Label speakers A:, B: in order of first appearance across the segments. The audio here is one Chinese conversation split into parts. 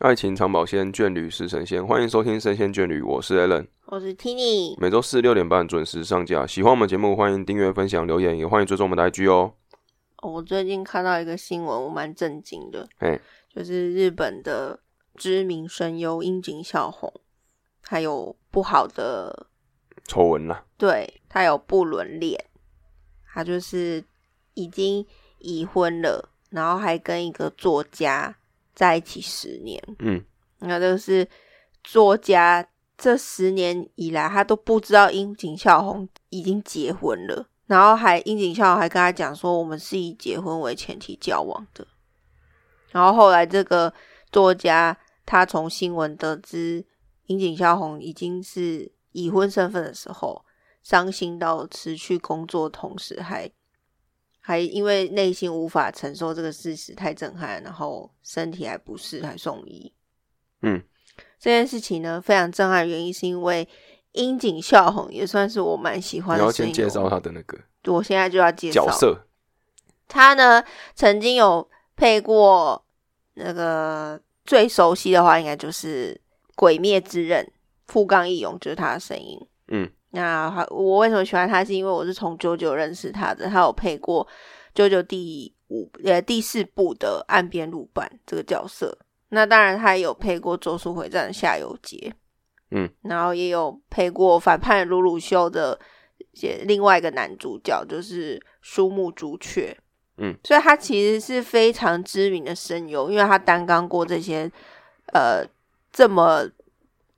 A: 爱情长保鲜，眷侣是神仙。欢迎收听《神仙眷侣》，我是 Allen，
B: 我是 Tini。
A: 每周四六点半准时上架。喜欢我们节目，欢迎订阅、分享、留言，也欢迎追踪我们的 IG 哦。
B: 哦我最近看到一个新闻，我蛮震惊的，
A: 哎，
B: 就是日本的知名声优樱井孝宏，他有不好的，
A: 丑闻啦，
B: 对他有不伦恋，他就是已经已婚了，然后还跟一个作家在一起十年，
A: 嗯，
B: 那就是作家这十年以来，他都不知道樱井孝宏已经结婚了，然后还樱井孝宏还跟他讲说，我们是以结婚为前提交往的。然后后来这个作家他从新闻得知樱井孝宏已经是已婚身份的时候，伤心到辞去工作，同时还还因为内心无法承受这个事实太震撼，然后身体还不适，还送医。
A: 嗯
B: 这件事情呢，非常震撼，原因是因为樱井孝宏也算是我蛮喜欢
A: 你
B: 的。
A: 要先介绍，他的那个
B: 嗯我现在就要介绍
A: 角。色，
B: 他呢，曾经有配过那个最熟悉的话，应该就是《鬼灭之刃》富冈义勇，就是他的声音。
A: 嗯，
B: 那他我为什么喜欢他？是因为我是从九九认识他的，他有配过九九第五呃第四部的岸边露伴这个角色。那当然，他也有配过《咒术回战》的夏油杰，
A: 嗯，
B: 然后也有配过反叛鲁鲁修的也另外一个男主角，就是苏木朱雀。
A: 嗯，
B: 所以他其实是非常知名的声优，因为他担纲过这些呃这么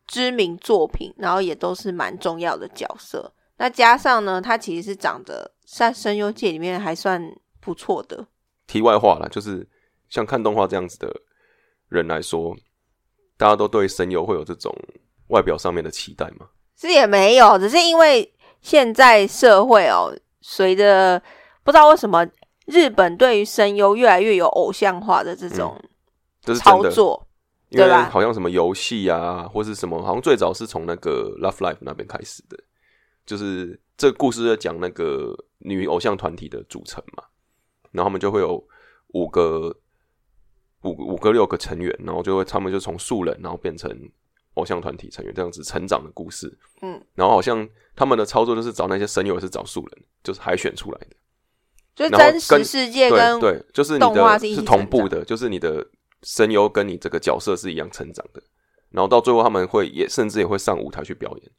B: 知名作品，然后也都是蛮重要的角色。那加上呢，他其实是长得在声优界里面还算不错的，
A: 题外话啦，就是像看动画这样子的人来说，大家都对声优会有这种外表上面的期待嘛？
B: 是也没有，只是因为现在社会哦，随着不知道为什么日本对于声优越来越有偶像化的这种
A: 嗯这是真
B: 操
A: 的，
B: 作，
A: 因为
B: 对吧
A: 好像什么游戏啊，或是什么，好像最早是从那个《Love Life》那边开始的，就是这个故事在讲那个女偶像团体的组成嘛，然后他们就会有五个五五个六个成员，然后就会他们就从素人，然后变成偶像团体成员这样子成长的故事。
B: 嗯，
A: 然后好像他们的操作就是找那些声优，也是找素人，就是海选出来的。
B: 就是
A: 然后
B: 真实
A: 跟
B: 世界
A: 对
B: 跟
A: 对，就是你
B: 动画
A: 的
B: 是一起
A: 同步的，就是你的声优跟你这个角色是一样成长的。然后到最后，他们会也甚至也会上舞台去表演，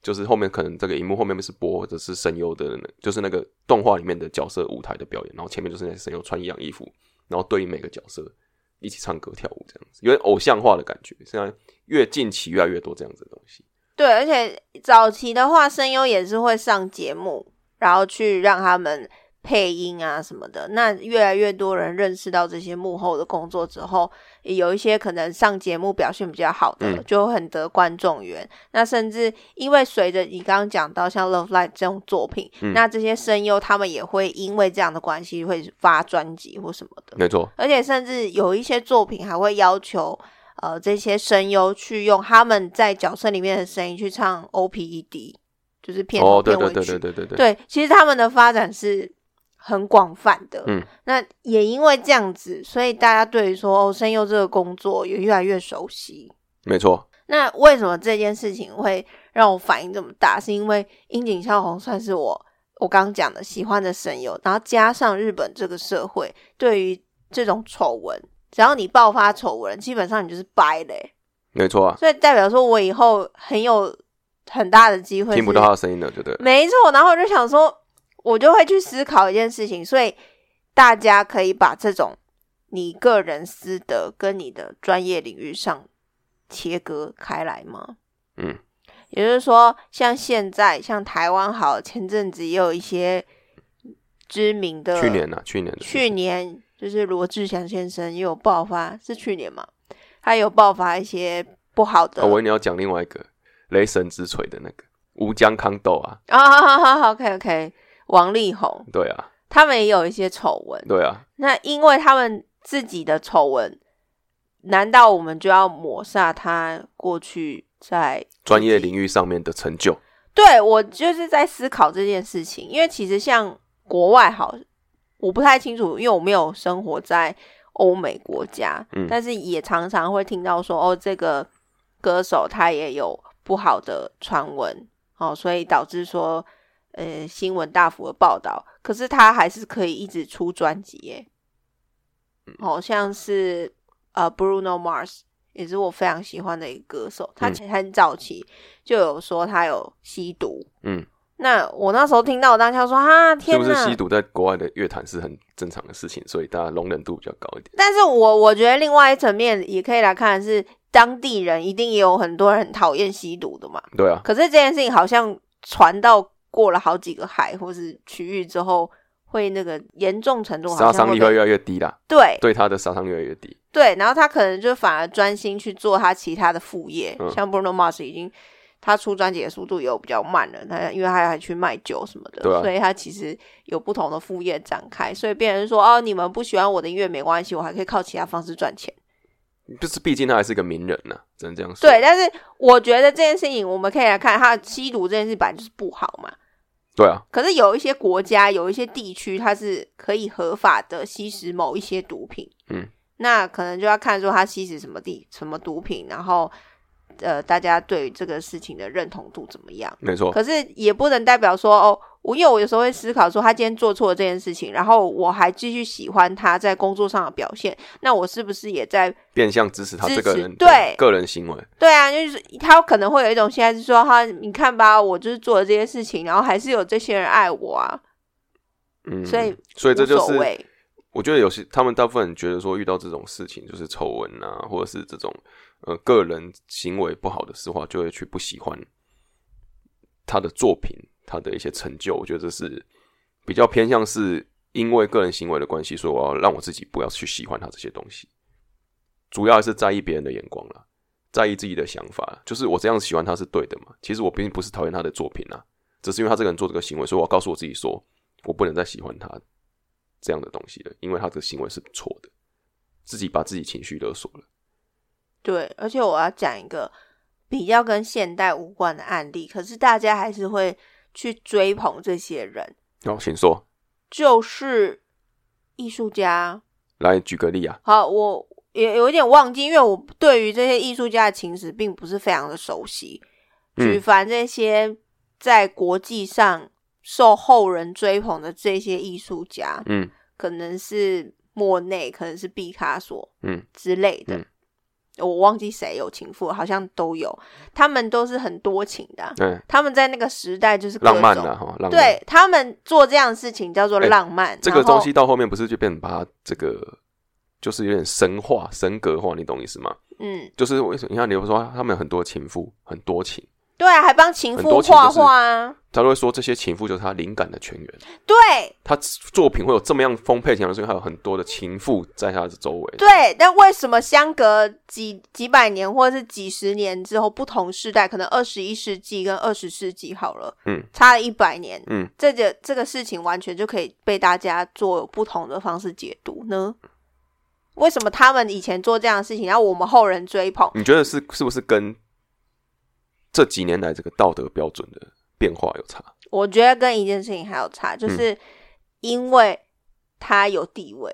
A: 就是后面可能这个荧幕后面是播的是声优的那，就是那个动画里面的角色舞台的表演，然后前面就是那些声优穿一样衣服，然后对应每个角色一起唱歌跳舞这样子，有点偶像化的感觉。现在越近期越来越多这样子的东西，
B: 对，而且早期的话，声优也是会上节目，然后去让他们配音啊什么的。那越来越多人认识到这些幕后的工作之后，有一些可能上节目表现比较好的，
A: 嗯
B: 就很得观众缘。那甚至因为随着你刚刚讲到像《Love Live》这种作品，
A: 嗯
B: 那这些声优他们也会因为这样的关系会发专辑或什么的。
A: 没错，
B: 而且甚至有一些作品还会要求，呃，这些声优去用他们在角色里面的声音去唱 OPED，就是片头
A: 哦，对
B: 片尾
A: 对
B: 曲。
A: 对对对对对，
B: 对其实他们的发展是很广泛的。
A: 嗯，
B: 那也因为这样子，所以大家对于说哦，声优这个工作也越来越熟悉。
A: 没错，
B: 那为什么这件事情会让我反应这么大？是因为樱井孝宏算是我我刚讲的喜欢的声优，然后加上日本这个社会对于这种丑闻，只要你爆发丑闻，基本上你就是掰嘞、
A: 没错啊，
B: 所以代表说我以后很有很大的机会是
A: 听不到他的声音了，对不对了？
B: 没错，然后我就想说，我就会去思考一件事情，所以大家可以把这种你个人私德跟你的专业领域上切割开来吗？
A: 嗯，
B: 也就是说，像现在，像台湾好，前阵子也有一些知名的，
A: 去年啊，去年的事情
B: 去年就是罗志祥先生也有爆发，是去年嘛？他有爆发一些不好的
A: 啊，我以为你要讲另外一个雷神之锤的那个吴江康斗啊，
B: 啊，好好好好，OK OK，王力宏
A: 对啊，
B: 他们也有一些丑闻。
A: 对啊，
B: 那因为他们自己的丑闻，难道我们就要抹杀他过去在
A: 专业
B: 自己
A: 领域上面的成就，
B: 对我就是在思考这件事情，因为其实像国外好，我不太清楚，因为我没有生活在欧美国家，
A: 嗯
B: 但是也常常会听到说，哦，这个歌手他也有不好的传闻，哦，所以导致说，呃，新闻大幅的报道，可是他还是可以一直出专辑耶，
A: 嗯
B: 好像是呃 Bruno Mars 也是我非常喜欢的一个歌手，他
A: 嗯
B: 很早期就有说他有吸毒，
A: 嗯，
B: 那我那时候听到我当下说啊
A: 是
B: 天
A: 不
B: 哪，
A: 是吸毒在国外的乐坛是很正常的事情，所以大家容忍度比较高一点。
B: 但是我我觉得另外一层面也可以来看的是，当地人一定也有很多人很讨厌吸毒的嘛。
A: 对啊，
B: 可是这件事情好像传到过了好几个海或是区域之后，会那个严重程度
A: 杀
B: 好像
A: 伤
B: 会
A: 力会
B: 被
A: 越来越低啦，
B: 对
A: 对他的杀伤力越来越低。
B: 对，然后他可能就反而专心去做他其他的副业，
A: 嗯
B: 像 Bruno Mars 已经他出专辑的速度有比较慢了，他因为他还去卖酒什么的，
A: 对啊
B: 所以他其实有不同的副业展开，所以别人说哦，你们不喜欢我的音乐没关系，我还可以靠其他方式赚钱。
A: 就是毕竟他还是个名人呐、只能这样说。
B: 对，但是我觉得这件事情我们可以来看，他吸毒这件事本来就是不好嘛。
A: 对啊，
B: 可是有一些国家、有一些地区，它是可以合法的吸食某一些毒品。
A: 嗯，
B: 那可能就要看说他吸食什么地什么毒品，然后呃，大家对于这个事情的认同度怎么样。
A: 没错，
B: 可是也不能代表说哦，我因为我有时候会思考说，他今天做错了这件事情，然后我还继续喜欢他在工作上的表现，那我是不是也在
A: 变相支持他这个人
B: 支持对
A: 个人行为。
B: 对啊，就是他可能会有一种现在是说哈，你看吧，我就是做了这些事情，然后还是有这些人爱我啊，
A: 嗯，
B: 所以
A: 所以这就
B: 无所
A: 是
B: 谓。
A: 我觉得有些他们大部分人觉得说遇到这种事情就是丑闻啊，或者是这种呃个人行为不好的事话，就会去不喜欢他的作品，他的一些成就。我觉得这是比较偏向是因为个人行为的关系，所以我要让我自己不要去喜欢他这些东西。主要还是在意别人的眼光啦，在意自己的想法，就是我这样喜欢他是对的嘛？其实我并不是讨厌他的作品啊，只是因为他这个人做这个行为，所以我要告诉我自己说，我不能再喜欢他这样的东西了，因为他这个行为是错的，自己把自己情绪勒索了。
B: 对，而且我要讲一个比较跟现代无关的案例，可是大家还是会去追捧这些人，
A: 好，请说，
B: 就是艺术家。
A: 来举个例啊，
B: 好，我也有一点忘记，因为我对于这些艺术家的情史并不是非常的熟悉。举
A: 嗯
B: 凡这些在国际上受后人追捧的这些艺术家，
A: 嗯
B: 可能是莫内，可能是毕卡索
A: 嗯，
B: 之类的。
A: 嗯
B: 我忘记谁有情妇，好像都有，他们都是很多情的啊、
A: 哎、
B: 他们在那个时代就是各
A: 浪漫
B: 种
A: 啊，哈，浪漫。，
B: 对他们做这样的事情叫做
A: 哎
B: 浪漫。
A: 这个
B: 然后
A: 东西到后面不是就变成把它这个就是有点神化、神格化，你懂意思吗？
B: 嗯，
A: 就是为什么你看，你又说他们有很多情妇，很多情，
B: 对啊，还帮情
A: 很
B: 妇
A: 多情就
B: 画
A: 是
B: 画啊，
A: 他都会说这些情妇就是他灵感的泉源。
B: 对
A: 他作品会有这么样丰沛情感，所以他有很多的情妇在他的周围。
B: 对。但为什么相隔几几百年或者是几十年之后，不同世代，可能二十一世纪跟二十世纪好了，
A: 嗯，
B: 差了一百年，
A: 嗯，
B: 这个这个事情完全就可以被大家做不同的方式解读呢？为什么他们以前做这样的事情，然后我们后人追捧？
A: 你觉得是是不是跟这几年来这个道德标准的变化有差？
B: 我觉得跟一件事情还有差，就是因为他有地位，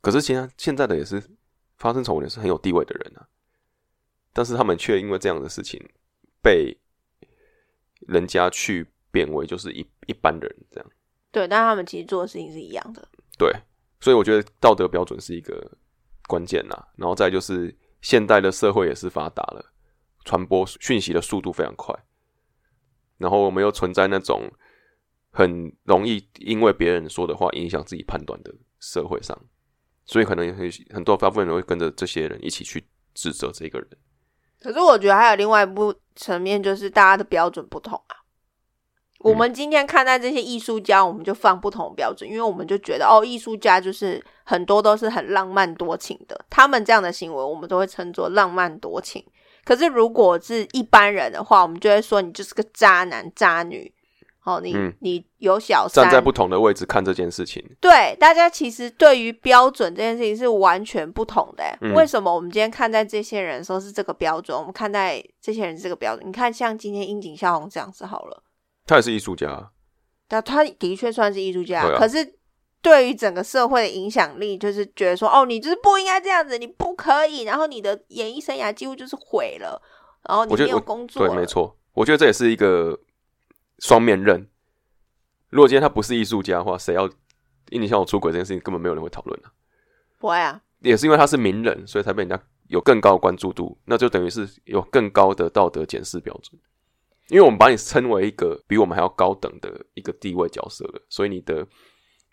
A: 可是现在现在的也是发生丑闻也是很有地位的人啊，但是他们却因为这样的事情被人家去贬为就是一一般人这样。
B: 对，但他们其实做的事情是一样的。
A: 对，所以我觉得道德标准是一个关键啦。然后再来就是现代的社会也是发达了，传播讯息的速度非常快，然后我们又存在那种很容易因为别人说的话影响自己判断的社会上，所以可能也很很多大部分人会跟着这些人一起去指责这个人。
B: 可是我觉得还有另外一部层面，就是大家的标准不同啊。
A: 嗯
B: 我们今天看待这些艺术家，我们就放不同的标准，因为我们就觉得哦，艺术家就是很多都是很浪漫多情的，他们这样的行为，我们都会称作浪漫多情。可是如果是一般人的话，我们就会说你就是个渣男渣女，哦，你、
A: 嗯
B: 你有小三，
A: 站在不同的位置看这件事情，
B: 对，大家其实对于标准这件事情是完全不同的欸、
A: 嗯
B: 为什么我们今天看待这些人的时候是这个标准，我们看待这些人是这个标准？你看，像今天樱井孝宏这样子好了，
A: 他也是艺术家啊，
B: 那他的确算是艺术家，
A: 对啊
B: 可是对于整个社会的影响力，就是觉得说，哦，你就是不应该这样子，你不可以，然后你的演艺生涯几乎就是毁了，然后你
A: 我觉得
B: 没有
A: 我
B: 工作
A: 对
B: 了，，
A: 没错，我觉得这也是一个双面刃。如果今天他不是艺术家的话，谁要印尼像我出轨这件事情，根本没有人会讨论啊。
B: 不会啊，
A: 也是因为他是名人，所以才被人家有更高的关注度，那就等于是有更高的道德检视标准。因为我们把你称为一个比我们还要高等的一个地位角色了，所以你的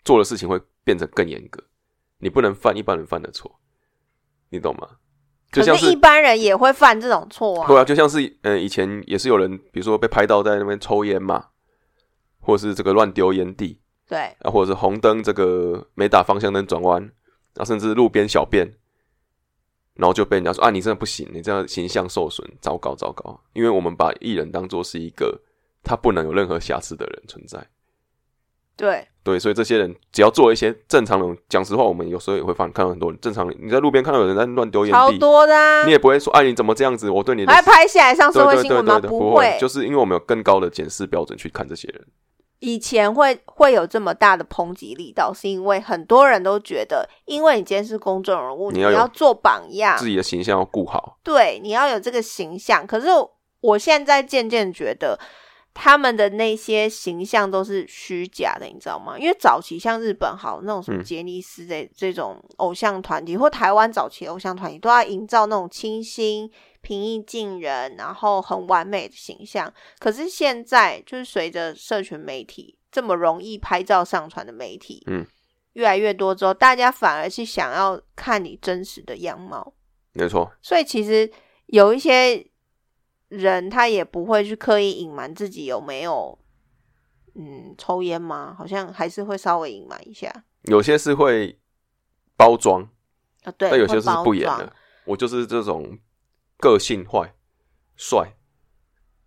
A: 做的事情会变得更严格，你不能犯一般人犯的错，你懂吗？就
B: 可
A: 像
B: 是一般人也会犯这种错啊，
A: 对啊，就像是呃，以前也是有人，比如说被拍到在那边抽烟嘛，或者是这个乱丢烟蒂
B: 对，
A: 啊，或者是红灯这个没打方向灯转弯，啊，甚至路边小便，然后就被人家说啊，你真的不行，你这样形象受损，糟糕糟糕。因为我们把艺人当做是一个他不能有任何瑕疵的人存在，
B: 对，
A: 对，所以这些人只要做一些正常人，讲实话，我们有时候也会发看到很多人正常人，你在路边看到有人在乱丢烟
B: 超
A: 蒂，
B: 多的啊
A: 你，也不会说哎、你怎么这样子，我对你的
B: 还拍下来上
A: 对
B: 社会
A: 对
B: 新
A: 对
B: 闻吗？
A: 对对，
B: 会，啊
A: 就是因为我们有更高的检视标准去看这些人。
B: 以前会会有这么大的抨击力道，是因为很多人都觉得，因为你今天是公众人物，
A: 你
B: 你
A: 要有
B: 做榜样
A: 自，己的形象要顾好，
B: 对，你要有这个形象。可是我现在渐渐觉得，他们的那些形象都是虚假的，你知道吗？因为早期像日本好那种什么
A: 嗯
B: 杰尼斯这、这种偶像团体，或台湾早期的偶像团体，都要营造那种清新、平易近人，然后很完美的形象。可是现在就是随着社群媒体这么容易拍照上传的媒体，
A: 嗯。
B: 越来越多之后，大家反而是想要看你真实的样貌，
A: 没错，
B: 所以其实有一些人他也不会去刻意隐瞒自己有没有嗯抽烟吗？好像还是会稍微隐瞒一下
A: 有些是会包装，
B: 啊。对，
A: 但有些
B: 会
A: 是
B: 包
A: 不演
B: 装
A: 的。。我就是这种个性坏、帅，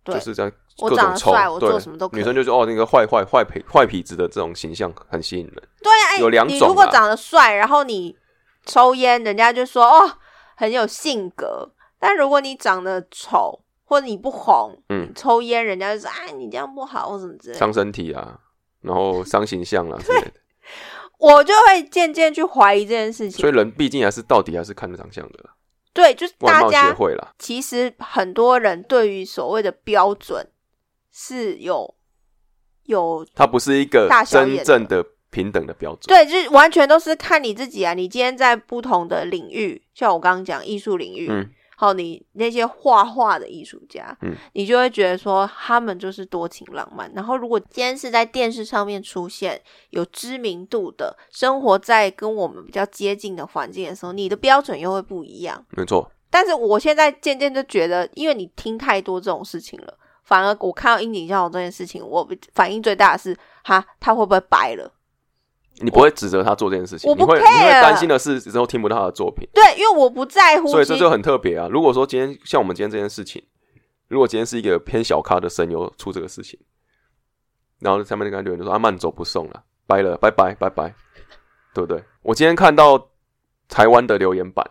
B: 对
A: 就是这样
B: 我
A: 各
B: 长
A: 种
B: 得
A: 臭
B: 帅，我，做
A: 对
B: 什么都可以。
A: 女生就说哦，那个坏坏坏痞坏痞子的这种形象很吸引人。
B: 对啊，哎
A: 有两
B: 你
A: 种
B: 如果
A: 啊
B: 长得帅，然后你抽烟，人家就说哦很有性格；但如果你长得丑，或者你不红，
A: 嗯
B: 你抽烟，人家就说啊你这样不好或什么之类的。
A: 伤身体啊，然后伤形象啊之类 的。
B: 我就会渐渐去怀疑这件事
A: 所
B: 情。
A: 以人毕竟还是到底还是看长相的啦，
B: 对，就是
A: 外
B: 大
A: 貌
B: 家
A: 协会啦。
B: 其实很多人对于所谓的标准是有有
A: 它不是一个
B: 大小
A: 真
B: 眼的
A: 正的平等的标准。
B: 对，就是完全都是看你自己啊。你今天在不同的领域，像我刚刚讲艺术领域，
A: 嗯，
B: 好，你那些画画的艺术家，
A: 嗯，
B: 你就会觉得说他们就是多情浪漫。然后，如果今天是在电视上面出现有知名度的，生活在跟我们比较接近的环境的时候，你的标准又会不一样。
A: 没错。
B: 但是我现在渐渐就觉得，因为你听太多这种事情了，反而我看到樱井孝宏这件事情，我反应最大的是，哈，他会不会白了？
A: 你不会指责他做这件事情，
B: 我
A: 你会
B: 不
A: 你会
B: care
A: 担心的是之后听不到他的作品，
B: 对，因为我不在乎。
A: 所以这
B: 其实
A: 就很特别啊。如果说今天像我们今天这件事情，如果今天是一个偏小咖的声优出这个事情，然后下面那个留言就说啊慢走不送了，掰了，拜拜拜拜，对不对？我今天看到台湾的留言板，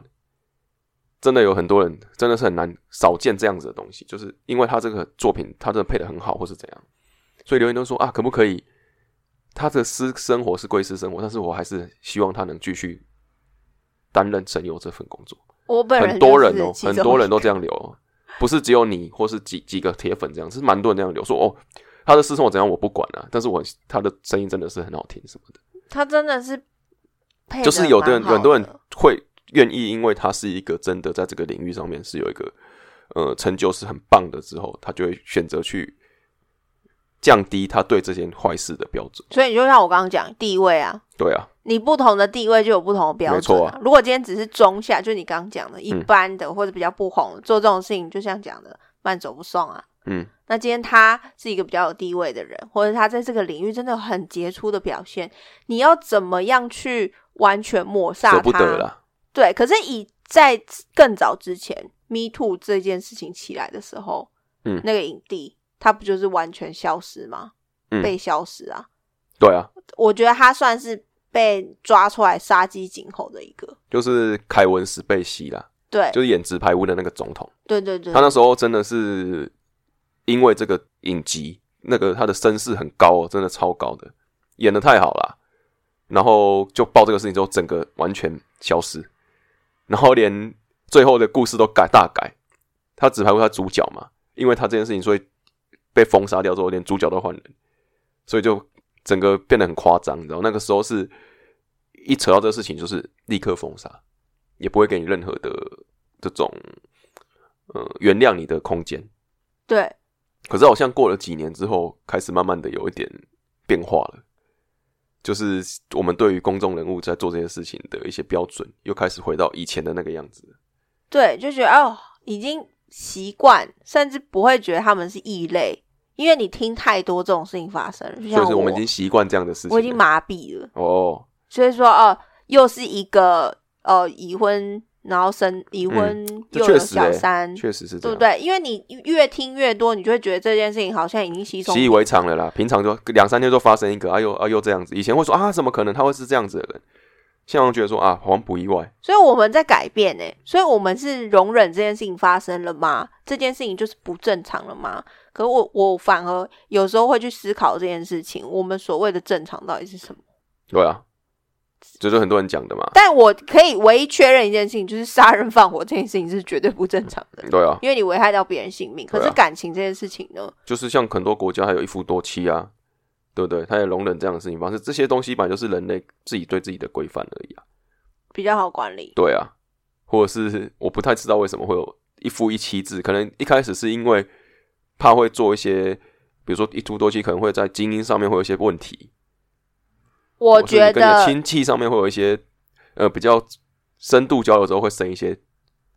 A: 真的有很多人真的是很难少见这样子的东西，就是因为他这个作品他真的配的很好，或是怎样，所以留言都说啊可不可以？他的私生活是归私生活，但是我还是希望他能继续担任声优这份工作。
B: 我本人
A: 很多人
B: 就是
A: 哦，
B: 其中
A: 很多人都这样留哦，不是只有你或是几几个铁粉这样，是蛮多人这样留说哦，他的私生活怎样我不管啊，但是我他的声音真的是很好听什么的，
B: 他真的是配哎得蛮好的，
A: 就是有的人很多人会愿意，因为他是一个真的在这个领域上面是有一个呃成就是很棒的之后，他就会选择去降低他对这件坏事的标准。
B: 所以就像我刚刚讲地位啊，
A: 对啊，
B: 你不同的地位就有不同的标准、
A: 没错啊嗯
B: 如果今天只是中下，就你刚刚讲的一般的、或者比较不红，做这种事情就像讲的慢走不送啊。
A: 嗯，
B: 那今天他是一个比较有地位的人，或者他在这个领域真的有很杰出的表现，你要怎么样去完全抹杀他？
A: 舍不得啦，
B: 对，可是以在更早之前，Me Too 这件事情起来的时候，
A: 嗯
B: 那个影帝他不就是完全消失吗？
A: 嗯
B: 被消失啊！
A: 对啊，
B: 我觉得他算是被抓出来杀鸡儆猴的一个。
A: 就是凯文史贝西啦，
B: 对，
A: 就是演《纸牌屋》的那个总统。
B: 对对对
A: 他，那时候真的是因为这个影集，那个他的身世很高、哦，真的超高的，演的太好了。然后就爆这个事情之后，整个完全消失，然后连最后的故事都改大改，他只排过他主角嘛，因为他这件事情，所以被封杀掉之后，连主角都换人，所以就整个变得很夸张，你知道？那个时候是一扯到这个事情，就是立刻封杀，也不会给你任何的这种呃原谅你的空间。
B: 对，
A: 可是好像过了几年之后，开始慢慢的有一点变化了，就是我们对于公众人物在做这件事情的一些标准，又开始回到以前的那个样子了。
B: 对，就觉得哦，已经习惯，甚至不会觉得他们是异类，因为你听太多这种事情发生了。就像
A: 就是我
B: 我
A: 们已经习惯这样的事情了。
B: 我已经麻痹了，
A: 哦，
B: 所以说哦，又是一个呃已婚，然后生已婚、
A: 嗯这
B: 又
A: 确
B: 有
A: 实
B: 小
A: 欸
B: 三，
A: 确实是这
B: 对不
A: 样，
B: 对？因为你越听越多，你就会觉得这件事情好像已经稀松
A: 习以为常了啦。平常就两三天就发生一个，哎呦哎呦这样子。以前会说啊，怎么可能他会是这样子的人？现在我觉得说啊，好像不意外。
B: 所以我们在改变呢、所以我们是容忍这件事情发生了吗？这件事情就是不正常了吗？可我我反而有时候会去思考这件事情，我们所谓的正常到底是什么？
A: 对啊，这就是很多人讲的嘛。
B: 但我可以唯一确认一件事情，就是杀人放火这件事情是绝对不正常的，
A: 对啊，
B: 因为你危害到别人性命。
A: 对啊
B: 可是感情这件事情呢？
A: 就是像很多国家还有一夫多妻啊，对不对？他也容忍这样的事情方式，这些东西本来就是人类自己对自己的规范而已啊。
B: 比较好管理，
A: 对啊，或者是我不太知道为什么会有一夫一妻制，可能一开始是因为怕会做一些，比如说一夫多妻可能会在精英上面会有一些问题，
B: 我
A: 或是你
B: 觉
A: 跟你的
B: 得
A: 亲戚上面会有一些呃比较深度交流之后会生一些。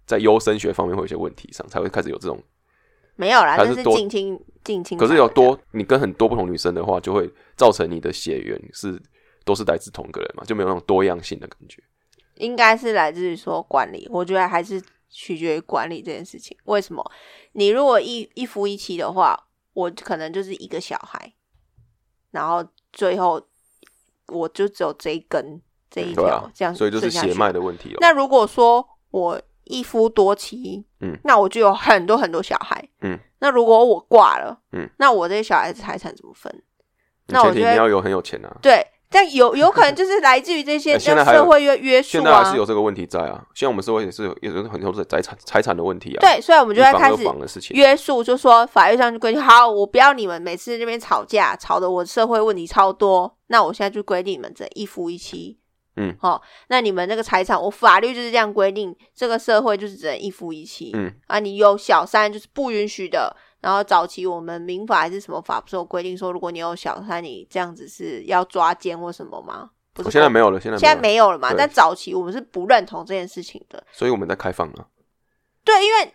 A: 在优生学方面会有一些问题上，才会开始有这种。
B: 没有啦，
A: 还
B: 这
A: 是
B: 是
A: 多
B: 近亲近亲，
A: 可是有多，你跟很多不同女生的话，就会造成你的血缘是都是来自同个人嘛，就没有那种多样性的感觉。
B: 应该是来自于说管理，我觉得还是取决于管理这件事情。为什么？你如果一一夫一妻的话，我可能就是一个小孩，然后最后我就只有这一根这一
A: 对
B: 条、
A: 啊
B: 这样，
A: 所以就是
B: 顺下去
A: 血脉的问题哦了。
B: 那如果说我一夫多妻，
A: 嗯
B: 那我就有很多很多小孩，
A: 嗯，
B: 那如果我挂了，
A: 嗯，
B: 那我这些小孩子财产怎么分？那我
A: 前提
B: 觉得
A: 你要有很有钱啊。
B: 对，但有有可能就是来自于这些
A: 哎现在
B: 让
A: 还有
B: 社会约约束
A: 现
B: 啊，
A: 在还是有这个问题在啊，现在我们社会也是有也有很多的财产财产的问题啊，
B: 对，所以我们
A: 一
B: 就会
A: 房
B: 开
A: 二
B: 始
A: 房的事情，
B: 约束，就说法律上就规定，好，我不要你们每次那边吵架，吵得我社会问题超多，那我现在就规定你们这一夫一妻，
A: 嗯，
B: 好、那你们那个财产，我法律就是这样规定，这个社会就是只能一夫一妻，
A: 嗯，
B: 啊，你有小三就是不允许的。然后早期我们民法还是什么法不是有规定说，如果你有小三，你这样子是要抓奸或什么吗？
A: 我
B: 不是公，
A: 现在没有了，现在
B: 现在
A: 有了，
B: 没有了嘛？
A: 对
B: 但早期我们是不认同这件事情的，
A: 所以我们在开放啊了。
B: 对，因为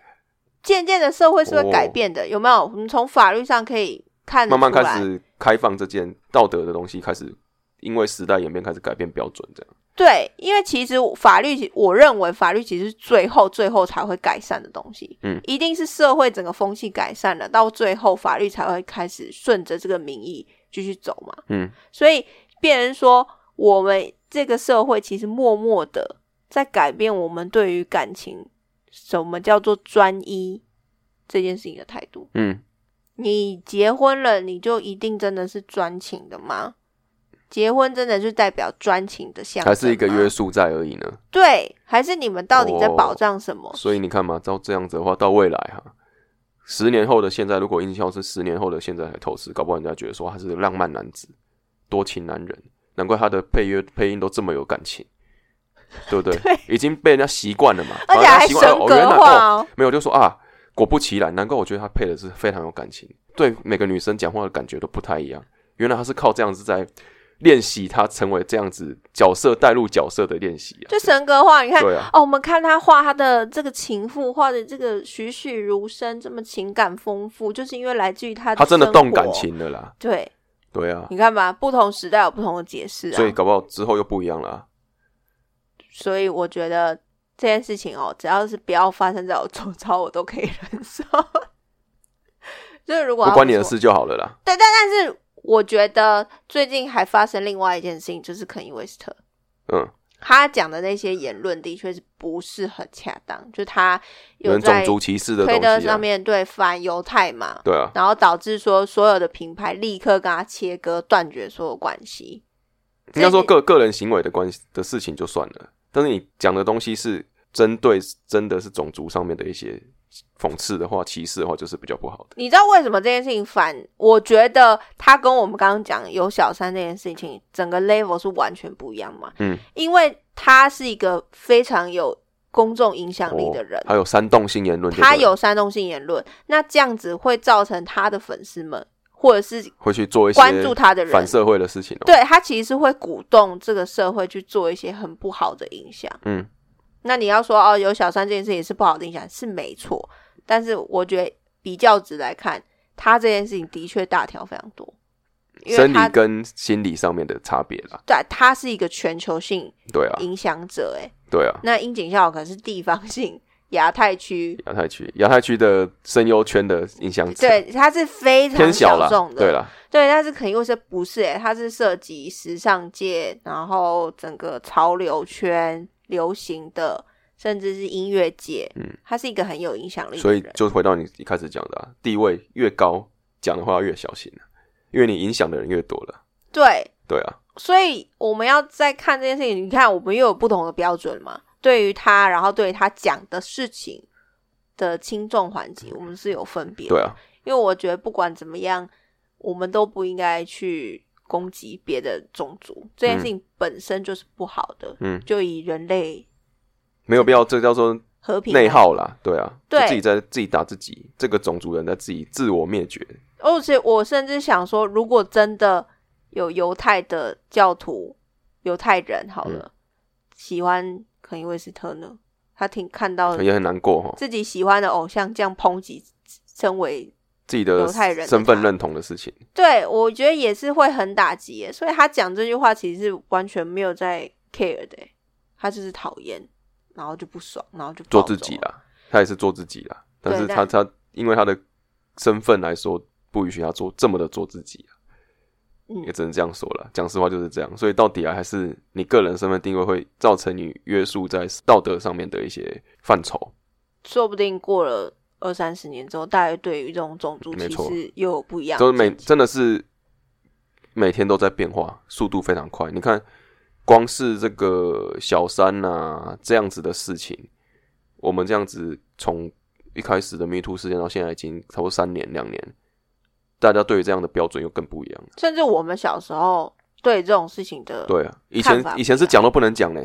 B: 渐渐的社会是会改变的，有没有？我们从法律上可以看得
A: 哦慢慢
B: 出来
A: 开始开放这件道德的东西，开始因为时代演变开始改变标准，这样
B: 对，因为其实法律，我认为法律其实是最后最后才会改善的东西。
A: 嗯，
B: 一定是社会整个风气改善了，到最后法律才会开始顺着这个民意继续走嘛。
A: 嗯，
B: 所以变成说，我们这个社会其实默默的在改变我们对于感情什么叫做专一这件事情的态度。
A: 嗯，
B: 你结婚了，你就一定真的是专情的吗？结婚真的是代表专情的象征
A: 还
B: 吗？
A: 是一个约束在而已呢。
B: 对，还是你们到底在
A: 哦
B: 保障什么？
A: 所以你看嘛，照这样子的话，到未来哈、十年后的现在，如果印象是十年后的现在来透视，搞不好人家觉得说他啊是个浪漫男子、多情男人，难怪他的配乐配音都这么有感情，对不 对？已经被人家习惯了嘛，
B: 而且
A: 反而人
B: 还
A: 家习惯了
B: 神
A: 哦，原
B: 格
A: 来
B: 化
A: 哦，
B: 哦，
A: 没有就说啊，果不其然，难怪我觉得他配的是非常有感情，对每个女生讲话的感觉都不太一样。原来他是靠这样子在练习他成为这样子角色带入角色的练习啊，
B: 就神格化。你看，
A: 对啊，
B: 哦，我们看他画他的这个情妇，画的这个栩栩如生，这么情感丰富，就是因为来自于他
A: 他真的
B: 生
A: 动感
B: 活。
A: 情了啦，
B: 对，
A: 对啊。
B: 你看吧，不同时代有不同的解嗯释啊。
A: 所以搞不好之后又不一样了啊、
B: 所以我觉得这件事情哦，只要是不要发生在我周遭，我都可以忍受。就是如果
A: 不
B: 要
A: 关你的
B: 说，
A: 事就好了啦。
B: 但是我觉得最近还发生另外一件事情，就是肯尼威斯特
A: 嗯，
B: 他讲的那些言论的确是不是很恰当，就他有
A: 人
B: 在
A: 种族歧视的东
B: 推特
A: 西、啊
B: 上，面对反犹太嘛，
A: 对啊，
B: 然后导致说所有的品牌立刻跟他切割，断绝所有关系。
A: 应该说个个人行为的关系的事情就算了，但是你讲的东西是针对真的是种族上面的一些讽刺的话、歧视的话，就是比较不好的。
B: 你知道为什么这件事情反？我觉得他跟我们刚刚讲有小三这件事情，整个 level 是完全不一样嘛。
A: 嗯，
B: 因为他是一个非常有公众影响力的人
A: 哦，还有煽动性言论就对了，
B: 他有煽动性言论，那这样子会造成他的粉丝们或者是
A: 会去做一些
B: 关注他的人
A: 反社会的事情哦。
B: 对他其实是会鼓动这个社会去做一些很不好的影响。
A: 嗯，
B: 那你要说哦，有小三这件事也是不好的影响，是没错。但是我觉得比较值来看，他这件事情的确大条非常多，因为
A: 生
B: 他
A: 理跟心理上面的差别啦。
B: 对他是一个全球性
A: 对啊，
B: 影响者，哎，
A: 对啊。
B: 那樱井孝可能是地方性亚太区，
A: 亚太区，亚太区的声优圈的影响者
B: 对，他是非常
A: 偏小啦
B: 众，的，
A: 对啦，
B: 对，但是肯定会是不是、欸？它是涉及时尚界，然后整个潮流圈、流行的，甚至是音乐界，
A: 嗯，
B: 他是一个很有影响力的
A: 所以
B: 人。
A: 就回到你一开始讲的、啊，地位越高，讲的话越小心，啊因为你影响的人越多了。
B: 对，
A: 对啊，
B: 所以我们要再看这件事情，你看我们又有不同的标准嘛？对于他，然后对于他讲的事情的轻重缓急，我们是有分别。
A: 对，啊，
B: 因为我觉得不管怎么样，我们都不应该去攻击别的种族，这件事情本身就是不好的。
A: 嗯，
B: 就以人类
A: 没有必要，这叫做
B: 和平来
A: 内耗啦。对啊，
B: 对
A: 就自己在自己打自己，这个种族人在自己自我灭绝。
B: 而且哦我甚至想说，如果真的有犹太的教徒、犹太人好了，
A: 嗯
B: 喜欢肯尼威斯特呢，他挺看到
A: 也很难过哈，
B: 自己喜欢的偶像这样抨击，身为
A: 自己的
B: 犹太人的
A: 身份
B: 他
A: 认同的事情，
B: 对我觉得也是会很打击耶。所以他讲这句话其实是完全没有在 care 的耶，他就是讨厌，然后就不爽，然后就暴
A: 做
B: 走
A: 自己。啦，他也是做自己啦，但是
B: 对
A: 他他因为他的身份来说，不允许他做这么的做自己啊、
B: 嗯
A: 也只能这样说了。讲实话就是这样，所以到底啊，还是你个人身份定位会造成你约束在道德上面的一些范畴。
B: 说不定过了二三十年之后，大家对于这种种族
A: 没
B: 歧
A: 错
B: 视又有不一样的
A: 就是
B: 见解。
A: 每真的是每天都在变化，速度非常快。你看，光是这个小三啊这样子的事情，我们这样子从一开始的 Me Too 事件到现在已经差不多三年两年，大家对于这样的标准又更不一样了。
B: 甚至我们小时候对这种事情的
A: 对啊，以
B: 看
A: 前
B: 法不
A: 以前
B: 一
A: 是
B: 样
A: 讲都不能讲呢，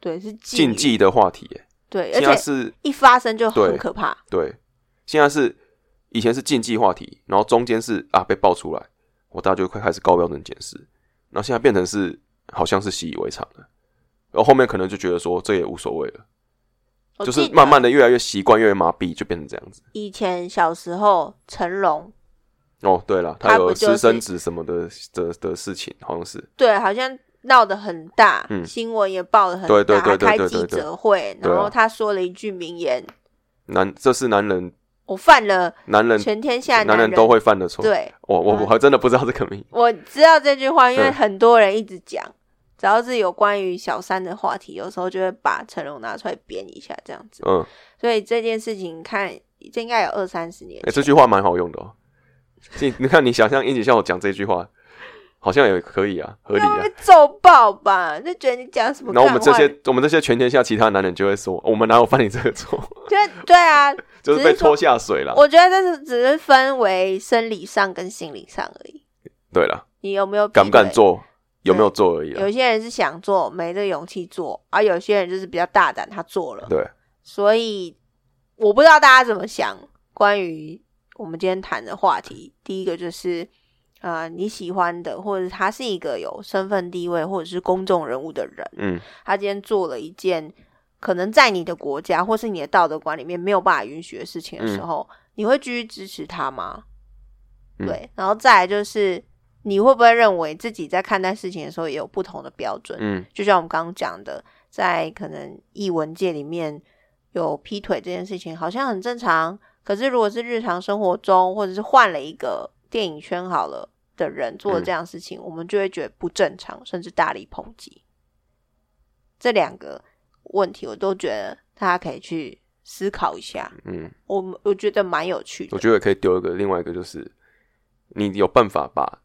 B: 对是妓
A: 禁
B: 女，
A: 忌的话题耶、
B: 对，而
A: 现在
B: 且
A: 是
B: 一发生就很
A: 对
B: 可怕。
A: 对，现在是以前是禁忌话题，然后中间是啊被爆出来，我大家就会开始高标准检视，然后现在变成是好像是习以为常了，然后后面可能就觉得说这也无所谓了，
B: 我
A: 就
B: 记
A: 是
B: 得
A: 慢慢的越来越习惯，越来越麻痹，就变成这样子。
B: 以前小时候，成龙
A: 哦，对了，
B: 他不
A: 有
B: 就是
A: 私生子什么的的的事情，好像是
B: 对好像闹得很大，
A: 嗯
B: 新闻也报得很大，
A: 对对对对
B: 还开
A: 对
B: 记
A: 对对
B: 者会，
A: 对啊
B: 然后他说了一句名言
A: 男，这是男人，：“
B: 我犯了
A: 男人
B: 全天下
A: 男
B: 人
A: 人都会犯的错。哦
B: 对，
A: 我我我还真的不知道这个名，
B: 我知道这句话，因为
A: 嗯
B: 很多人一直讲，只要是有关于小三的话题，有时候就会把成龙拿出来编一下这样子。
A: 嗯，
B: 所以这件事情看，这应该有二三十年
A: 哎、
B: 前。
A: 这句话蛮好用的哦。你你看，你想象英姐像我讲这句话，好像也可以啊，合理啊
B: 会。揍爆吧？就觉得你讲什么
A: 然
B: 干
A: 后
B: 话？
A: 我们这些我们这些全天下其他男人就会说，我们哪有犯你这个错，
B: 就对啊，
A: 就是被拖下水了。
B: 我觉得这是只是分为生理上跟心理上而已。
A: 对了，
B: 你有没有
A: 敢不敢
B: 劈腿？
A: 做，有没有做而已啊
B: 有。些人是想做，没这个勇气做，而、有些人就是比较大胆，他做了。
A: 对，
B: 所以我不知道大家怎么想关于我们今天谈的话题。第一个就是，呃，你喜欢的，或者是他是一个有身份地位或者是公众人物的人，
A: 嗯，
B: 他今天做了一件可能在你的国家或是你的道德观里面没有办法允许的事情的时候，你会继续支持他吗？
A: 嗯
B: 对，然后再来就是你会不会认为自己在看待事情的时候也有不同的标准？
A: 嗯，
B: 就像我们刚刚讲的，在可能译文界里面有劈腿这件事情好像很正常，可是如果是日常生活中或者是换了一个电影圈好了的人做
A: 嗯
B: 了这样的事情，我们就会觉得不正常，甚至大力抨击。这两个问题，我都觉得大家可以去思考一下。
A: 嗯，
B: 我们我觉得蛮有趣的
A: 我，觉得可以丢一个，另外一个就是，你有办法把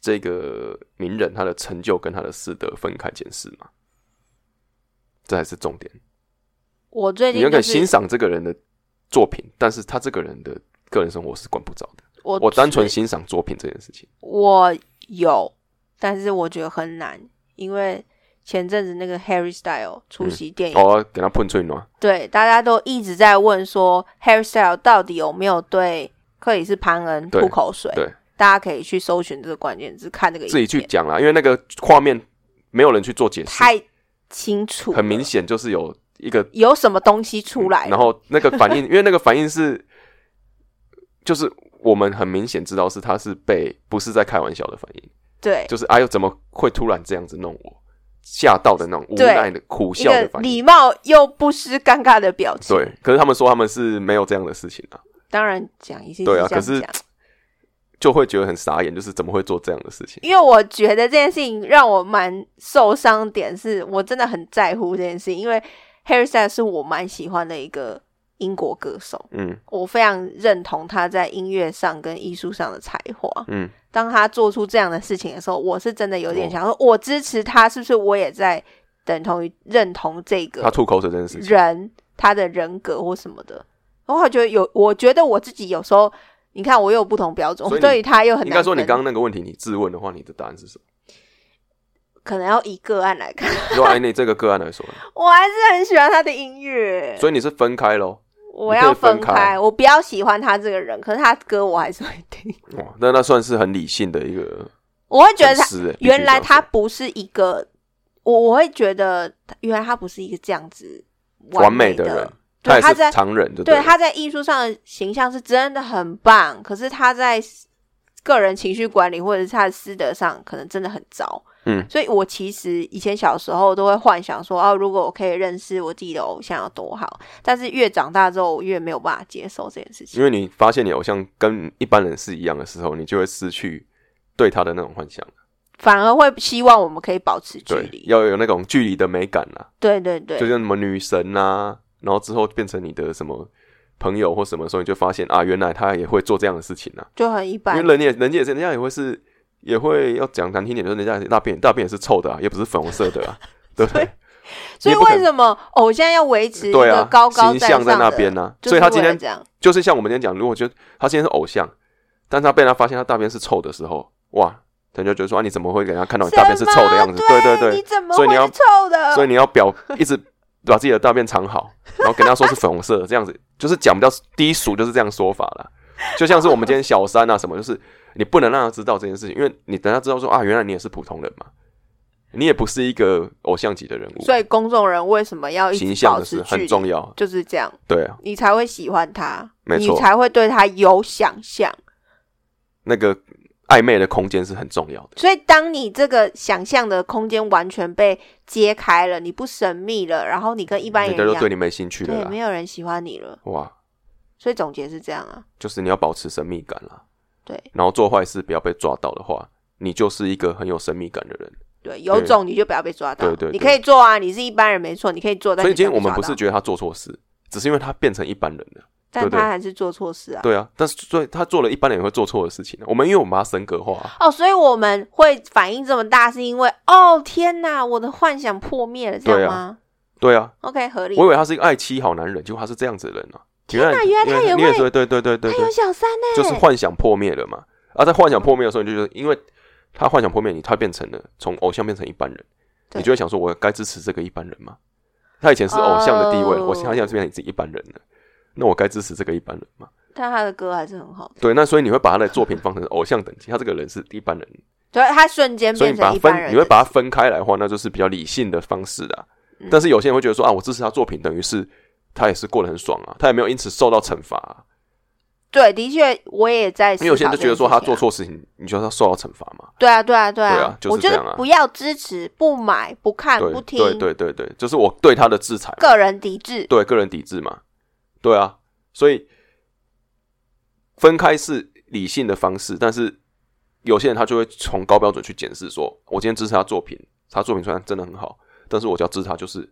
A: 这个名人他的成就跟他的私德分开检视嘛，这才是重点。
B: 我最
A: 你
B: 近
A: 要
B: 就
A: 敢
B: 是
A: 欣赏这个人的作品，但是他这个人的个人生活是管不着的。
B: 我
A: 我单纯
B: 最
A: 欣赏作品这件事情，
B: 我有，但是我觉得很难，因为前阵子那个 Harry Style 出席电影，
A: 哦，给他碰吹暖，
B: 对大家都一直在问说 Harry Style 到底有没有对克里斯潘恩
A: 对
B: 吐口水？
A: 对，
B: 大家可以去搜寻这个关键字，看这个
A: 自己
B: 影
A: 去
B: 片
A: 讲啦，因为那个画面没有人去做解释，
B: 太清楚，
A: 很明，显就是有一个
B: 有什么东西出来了，
A: 然后那个反 应，因为那个反应是，就是我们很明显知道是他是被不是在开玩笑的反应，
B: 对
A: 就是哎呦怎么会突然这样子弄我，吓到的那种无
B: 对
A: 奈的苦
B: 一
A: 笑
B: 个
A: 的反应。
B: 礼貌又不失尴尬的表情，
A: 对，可是他们说他们是没有这样的事情啊，
B: 当然讲一些
A: 对啊
B: 这样
A: 可是
B: 讲
A: 就会觉得很傻眼，就是怎么会做这样的事情？
B: 因为我觉得这件事情让我蛮受伤的点是，我真的很在乎这件事情，因为 Harry Styles 是我蛮喜欢的一个英国歌手，
A: 嗯
B: 我非常认同他在音乐上跟艺术上的才华。
A: 嗯，
B: 当他做出这样的事情的时候，我是真的有点
A: 哦
B: 想说，我支持他，是不是我也在等同于认同这
A: 他
B: 个
A: 吐口水这件事情，
B: 人他的人格或什么的？然后我觉得有，我觉得我自己有时候，你看我又有不同标准，
A: 所以你
B: 我对于他又很
A: 应
B: 难
A: 该说你
B: 分
A: 刚刚那个问题，你质问的话，你的答案是什么？
B: 可能要以个案来看。
A: 如果按你这个个案来说，
B: 我还是很喜欢他的音乐，
A: 所以你是分开咯。
B: 我要分
A: 你可以分开
B: 我不要喜欢他这个人，可是他歌我还是会听，
A: 哇，那那算是很理性的一个呃
B: 我会觉得
A: 粉
B: 他
A: 丝 欸。必须
B: 原来
A: 这样
B: 他
A: 说
B: 不是一个，我我会觉得他原来他不是一个这样子
A: 完
B: 美
A: 美的人，他
B: 对，他
A: 也是
B: 在
A: 常人，对
B: 对
A: 了
B: 他在艺术上的形象是真的很棒，可是他在个人情绪管理或者是他的师德上，可能真的很糟。
A: 嗯
B: 所以我其实以前小时候都会幻想说，哦、如果我可以认识我自己的偶像有多好。但是越长大之后，我越没有办法接受这件事情。
A: 因为你发现你偶像跟一般人是一样的时候，你就会失去对他的那种幻想，
B: 反而会希望我们可以保持距
A: 对，
B: 离。
A: 要有那种距离的美感啊啦，
B: 对对对
A: 就像什么女神啊，然后之后变成你的什么朋友或什么时候，你就发现啊，原来他也会做这样的事情啊，
B: 就很
A: 因
B: 一
A: 为
B: 般。
A: 人也人家也是人家也会是也会要讲难听点，就是人家大便大便也是臭的啊，也不是粉红色的 啊，对不对？
B: 所
A: 你
B: 以
A: 也不可
B: 为
A: 能
B: 什么哦偶像要维持一
A: 对
B: 个
A: 啊，
B: 高高
A: 形
B: 在
A: 象
B: 上的？
A: 在那边呢、
B: 就
A: 所
B: 是
A: 以他
B: 为
A: 今
B: 了
A: 天
B: 这样，
A: 就是像我们今天讲，如果觉得他今天是偶像，但是他被他发现他大便是臭的时候，哇，人家觉得说啊，你怎么会给人家看到你大便是臭的样子？
B: 什么啊
A: 对对对，
B: 你怎么
A: 所以你
B: 会
A: 要
B: 是臭的？
A: 所以你要表一直把自己的大便藏好，然后跟他说是粉红色的，这样子就是讲比较低俗，就是这样说法啦。就像是我们今天小三啊什么，就是你不能让他知道这件事情，因为你等他知道说啊，原来你也是普通人嘛，你也不是一个偶像级的人物，
B: 所以公众人为什么要一
A: 形
B: 直
A: 象
B: 保
A: 的
B: 持
A: 是
B: 距
A: 很
B: 离？
A: 重要。
B: 就是这样，
A: 对啊，
B: 你才会喜欢他，
A: 没
B: 你
A: 错
B: 才会对他有想象。
A: 那个暧昧的空间是很重要的。
B: 所以，当你这个想象的空间完全被揭开了，你不神秘了，然后你跟一般人
A: 人家
B: 一
A: 就对
B: 样，
A: 你没兴趣了
B: 对，没
A: 啦。
B: 有人喜欢你了。
A: 哇，
B: 所以总结是这样啊，
A: 就是你要保持神秘感啦，
B: 对
A: 然后做坏事不要被抓到的话，你就是一个很有神秘感的人。
B: 对，有
A: 对
B: 种你就不要被抓到，
A: 对对对
B: 你可以做啊，你是一般人没错，你可以做，但
A: 所以
B: 你
A: 今天
B: 要被
A: 我们
B: 抓
A: 不是
B: 到，
A: 觉得他做错事，只是因为他变成一般人了。
B: 但
A: 对对
B: 他还是做错事啊。
A: 对啊，但是所以他做了一般人也会做错的事情啊。我们因为我们把他神格化啊，
B: 哦，所以我们会反应这么大，是因为哦天哪，我的幻想破灭了，这
A: 对
B: 样
A: 啊
B: 吗
A: 对啊，
B: ？OK，合理
A: 我。以为他是一个爱妻好男人，结果他是这样子的人啊。原来
B: 原来他也
A: 你
B: 会
A: 也对对对对对
B: 他有
A: 对，
B: 小三
A: 就
B: 欸呢、
A: 是幻想破灭了嘛。啊，在幻想破灭的时候，你就觉得，因为他幻想破灭，你他变成了从偶像变成一般人，
B: 对
A: 你就会想说，我该支持这个一般人吗？他以前是偶像的地位，
B: 哦
A: 我现在变成自己一般人了，那我该支持这个一般人吗？
B: 但他的歌还是很好听，
A: 对，那所以你会把他的作品放成偶像等级，他这个人是一般人，
B: 对，他瞬间
A: 所以
B: 变
A: 你把
B: 成
A: 它
B: 一般人
A: 分，
B: 的，嗯
A: 你会把它分开来的话，那就是比较理性的方式啦。但是有些人会觉得说啊，我支持他作品，等于是他也是过得很爽啊，他也没有因此受到惩罚啊、
B: 对，的确，我也在、
A: 因为有些人就觉得说他做，错事情，你觉得他受到惩罚嘛？
B: 啊对啊，对啊，对啊，
A: 对啊就是
B: 我觉
A: 这样
B: 得
A: 啊
B: 不要支持、不买、不看、
A: 对
B: 不听，
A: 对对对对，就是我对他的制裁嘛，
B: 个人抵制，
A: 对个人抵制嘛，对啊，所以分开是理性的方式，但是有些人他就会从高标准去检视说，我今天支持他作品，他作品虽然真的很好，但是我就要支持他，就是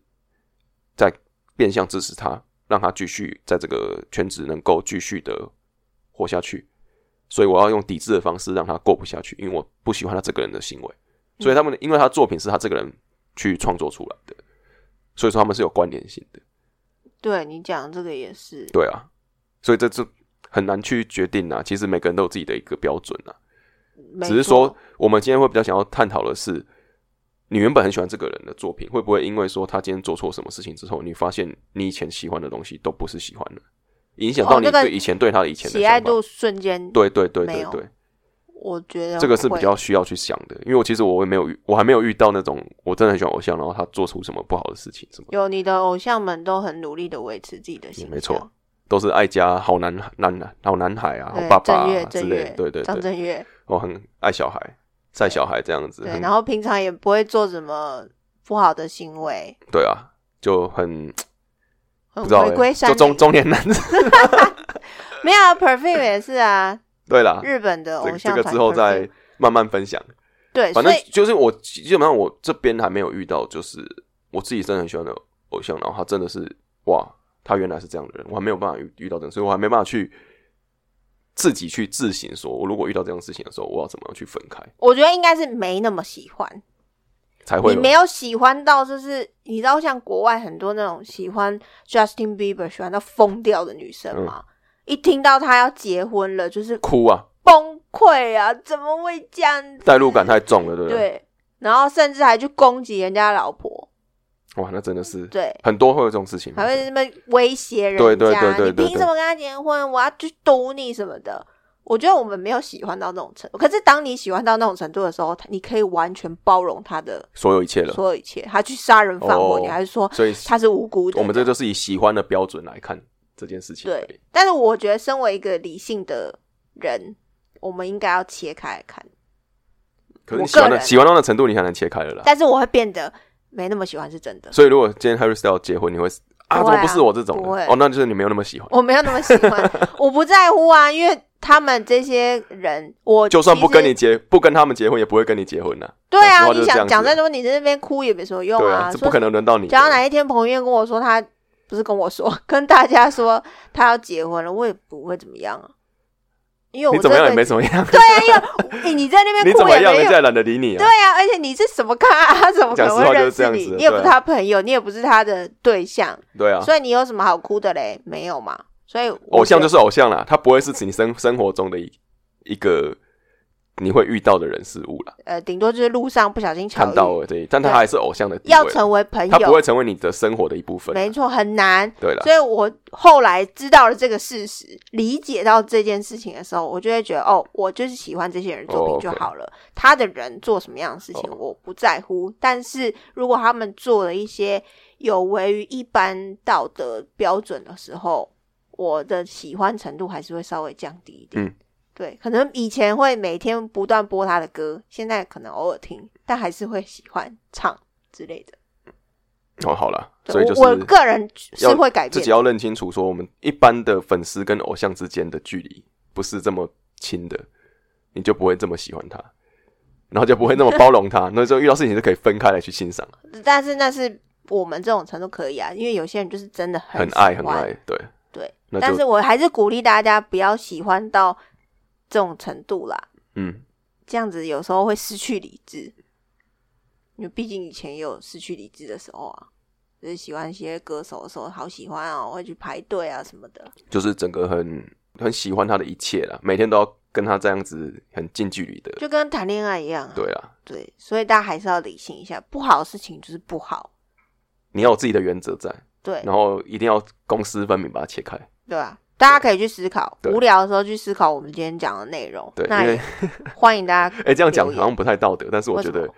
A: 在变相支持他，让他继续在这个圈子能够继续的活下去。所以我要用抵制的方式让他过不下去，因为我不喜欢他这个人的行为。所以他们的，因为他作品是他这个人去创作出来的，所以说他们是有关联性的。
B: 对你讲这个也是，
A: 对啊，所以这这很难去决定啊。其实每个人都有自己的一个标准啊，
B: 没
A: 只是
B: 错
A: 说我们今天会比较想要探讨的是，你原本很喜欢这个人的作品，会不会因为说他今天做错什么事情之后，你发现你以前喜欢的东西都不是喜欢了，影响到
B: 哦
A: 你
B: 那个
A: 对以前对他的以前的
B: 喜
A: 想法？
B: 爱度瞬间，
A: 对对对
B: 没
A: 对
B: 有
A: 对，
B: 我觉得
A: 这个是比
B: 会
A: 较需要去想的，因为我其实我也没有遇，我还没有遇到那种我真的很喜欢偶像，然后他做出什么不好的事情，什么
B: 有你的偶像们都很努力的维持自己的形象，
A: 没错都是爱家好男男好男孩啊，好
B: 对，
A: 爸爸
B: 正
A: 啊
B: 月
A: 之
B: 正
A: 类的
B: 月，，
A: 对对
B: 张
A: 对，
B: 震岳，
A: 我很爱小孩，晒小孩这样子，
B: 对，
A: 很
B: 然后平常也不会做什么不好的行为，
A: 对啊，就很
B: 很
A: 不知道欸、
B: 嗯回
A: 就
B: 归山
A: 中
B: 林。
A: 中年男子，
B: 没有啊，Perfume 也是啊，
A: 对啦，
B: 日本的
A: 这
B: 偶
A: 个
B: 像
A: 这
B: 团
A: 个之后
B: Perfume
A: 再慢慢分享。
B: 对，
A: 反
B: 所
A: 正
B: 以
A: 就是我基本上我这边还没有遇到，就是我自己真的很喜欢的偶像，然后他真的是哇，他原来是这样的人，我还没有办法遇遇到这种，所以我还没办法去自己去自省，说我如果遇到这样事情的时候，我要怎么样去分开
B: 我觉得应该是没那么喜欢，
A: 才会
B: 你
A: 有
B: 没有喜欢到就是你知道像国外很多那种喜欢 Justin Bieber 喜欢到疯掉的女
A: 嗯
B: 生吗？一听到他要结婚了，就是
A: 哭啊，
B: 崩溃啊！怎么会这样子？
A: 代入感太重了，对不对？
B: 对，然后甚至还去攻击人家老婆，
A: 哇，那真的是
B: 对，
A: 很多会有这种事情
B: 还
A: 发
B: 会
A: 生，
B: 那么威胁人家，
A: 对对对对对对
B: 你凭什么跟他结婚？我要去堵你什么的。我觉得我们没有喜欢到那种程度，可是当你喜欢到那种程度的时候，他你可以完全包容他的
A: 所有一切了。
B: 所有一切。他去杀人放火，
A: 哦
B: 你还是说
A: 所以
B: 他是无辜的。
A: 我们这就是以喜欢的标准来看这件事情而已。
B: 对，但是我觉得身为一个理性的人，我们应该要切开来看。
A: 可是
B: 我
A: 你喜欢
B: 个
A: 的
B: 人
A: 喜欢到那程度，你很难切开了啦。
B: 但是我会变得没那么喜欢，是真的。
A: 所以如果今天 Harry Styles 结婚，你会啊怎
B: 不会
A: 么
B: 啊
A: 不是我这种
B: 不会
A: 的？哦，那就是你没有那么喜欢。
B: 我没有那么喜 欢，我不在乎啊，因为他们这些人，我
A: 就算不跟你
B: 其实
A: 结，不跟他们结婚，也不会跟你结婚呐、
B: 对
A: 讲
B: 啊，
A: 实话就
B: 你
A: 是这
B: 想
A: 样子
B: 讲再多，你在那边哭也没什么用
A: 对啊，这不
B: 说
A: 可能轮到你。
B: 假如哪一天彭于晏跟我说他不是跟我说，跟大家说他要结婚了，我也不会怎么样啊，因为
A: 你
B: 我
A: 怎么样也
B: 真的啊
A: 没怎么样，
B: 你你在 那
A: 你
B: 边
A: 怎
B: 哭
A: 么
B: 也
A: 样
B: 没
A: 人
B: 用
A: 家。也懒得理你啊
B: 对。啊，而且你是什么咖、啊？ 他怎么可能
A: 讲实
B: 会
A: 话就是
B: 认
A: 这
B: 识
A: 样
B: 你？
A: 子
B: 你也不是
A: 对啊
B: 他朋友，你也不是他的对象，
A: 对啊，
B: 所以你有什么好哭的嘞？没有嘛。所以我
A: 偶像就
B: 觉得
A: 是偶像啦，他不会是指你生生活中的一一个你会遇到的人事物啦，
B: 呃，顶多就是路上不小心巧
A: 看
B: 遇，
A: 到而已。但他还是偶像的地
B: 要
A: 位，
B: 成为朋
A: 他不
B: 友
A: 会，成为你的生活的一部分。
B: 没错，很难。
A: 对啦，
B: 所以我后来知道了这个事实，理解到这件事情的时候，我就会觉得，哦，我就是喜欢这些人作
A: 哦
B: 品
A: ，OK
B: 就好了。他的人做什么样的事情
A: 哦
B: 我不在乎，但是如果他们做了一些有违于一般道德标准的时候，我的喜欢程度还是会稍微降低一点。
A: 嗯
B: 对，可能以前会每天不断播他的歌，现在可能偶尔听，但还是会喜欢唱之类的。
A: 哦，好啦，
B: 对
A: 所以就是
B: 我我个人是
A: 要
B: 会改
A: 自
B: 变
A: 己
B: 的。
A: 要认清楚，说我们一般的粉丝跟偶像之间的距离不是这么亲的，你就不会这么喜欢他，然后就不会那么包容他。那时候遇到事情就可以分开来去欣赏，
B: 但是那是我们这种程度可以啊，因为有些人就是真的很
A: 很
B: 喜欢
A: 爱很爱，对
B: 对。
A: 那
B: 但
A: 就是
B: 我还是鼓励大家不要喜欢到这种程度啦，
A: 嗯，
B: 这样子有时候会失去理智。因为毕竟以前也有失去理智的时候啊，就是喜欢一些歌手的时候，好喜欢哦，会去排队啊什么的。
A: 就是整个很很喜欢他的一切啦，每天都要跟他这样子很近距离的，
B: 就跟谈恋爱一样、啊，
A: 对啦，
B: 对，所以大家还是要理性一下，不好的事情就是不好，
A: 你要有自己的原则在，
B: 对
A: 然后一定要公私分明把它切开，
B: 对啊，大家可以去思考，
A: 对
B: 无聊的时候去思考我们今天讲的内容。
A: 对，
B: 那
A: 因为
B: 也 欢迎大家
A: 哎、这样讲
B: 留言
A: 好像不太道德，但是我
B: 为
A: 觉
B: 什
A: 得
B: 么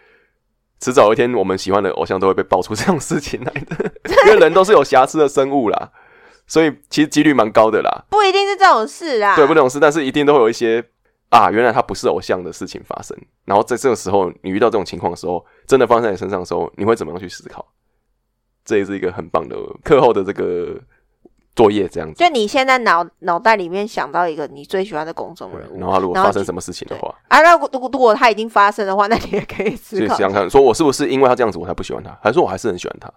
A: 迟早有一天，我们喜欢的偶像都会被爆出这种事情来 的，因为人都是有瑕疵的生物啦，所以其实几率蛮高的啦。
B: 不一定是这种事啦。
A: 对，不懂事，但是一定都会有一些啊，原来他不是偶像的事情发生。然后在这个时候，你遇到这种情况的时候，真的发生在你身上的时候，你会怎么样去思考？这也是一个很棒的课后的这个作业，这样子。
B: 就你现在脑脑袋里面想到一个你最喜欢的公众
A: 对
B: 人，
A: 然
B: 物
A: 后他如果
B: 然后
A: 发生
B: 就
A: 什么事情的
B: 对
A: 话，
B: 啊，那如果如果如果它已经发生的话，那你也可以
A: 就
B: 思考。
A: 想看，说我是不是因为他这样子我才不喜欢他，还是我还是很喜欢他？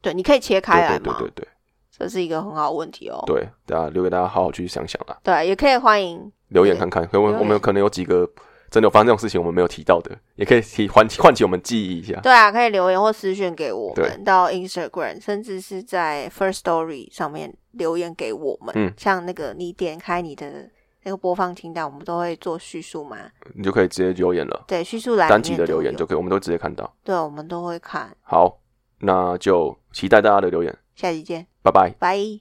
B: 对，你可以切开
A: 对
B: 来
A: 对
B: 嘛。
A: 对对对。
B: 这是一个很好的问题哦。
A: 对，大家留给大家好好去想想啦，
B: 对，啊也可以欢迎
A: 留言看看，可我
B: 留
A: 们
B: 言
A: 我们可能有几个真的有发生这种事情，我们没有提到的，也可以提唤起唤起我们记忆一下。
B: 对啊，可以留言或私讯给我
A: 对
B: 们，到 Instagram，甚至是在 First Story 上面留言给我们。
A: 嗯
B: 像那个你点开你的那个播放清单，我们都会做叙述嘛。
A: 你就可以直接留言了，
B: 对，叙述栏里
A: 单
B: 面
A: 集的留言
B: 都
A: 就
B: 有
A: 可以，我们都直接看到。
B: 对，我们都会看。
A: 好，那就期待大家的留言，
B: 下期见，
A: 拜拜。
B: 拜。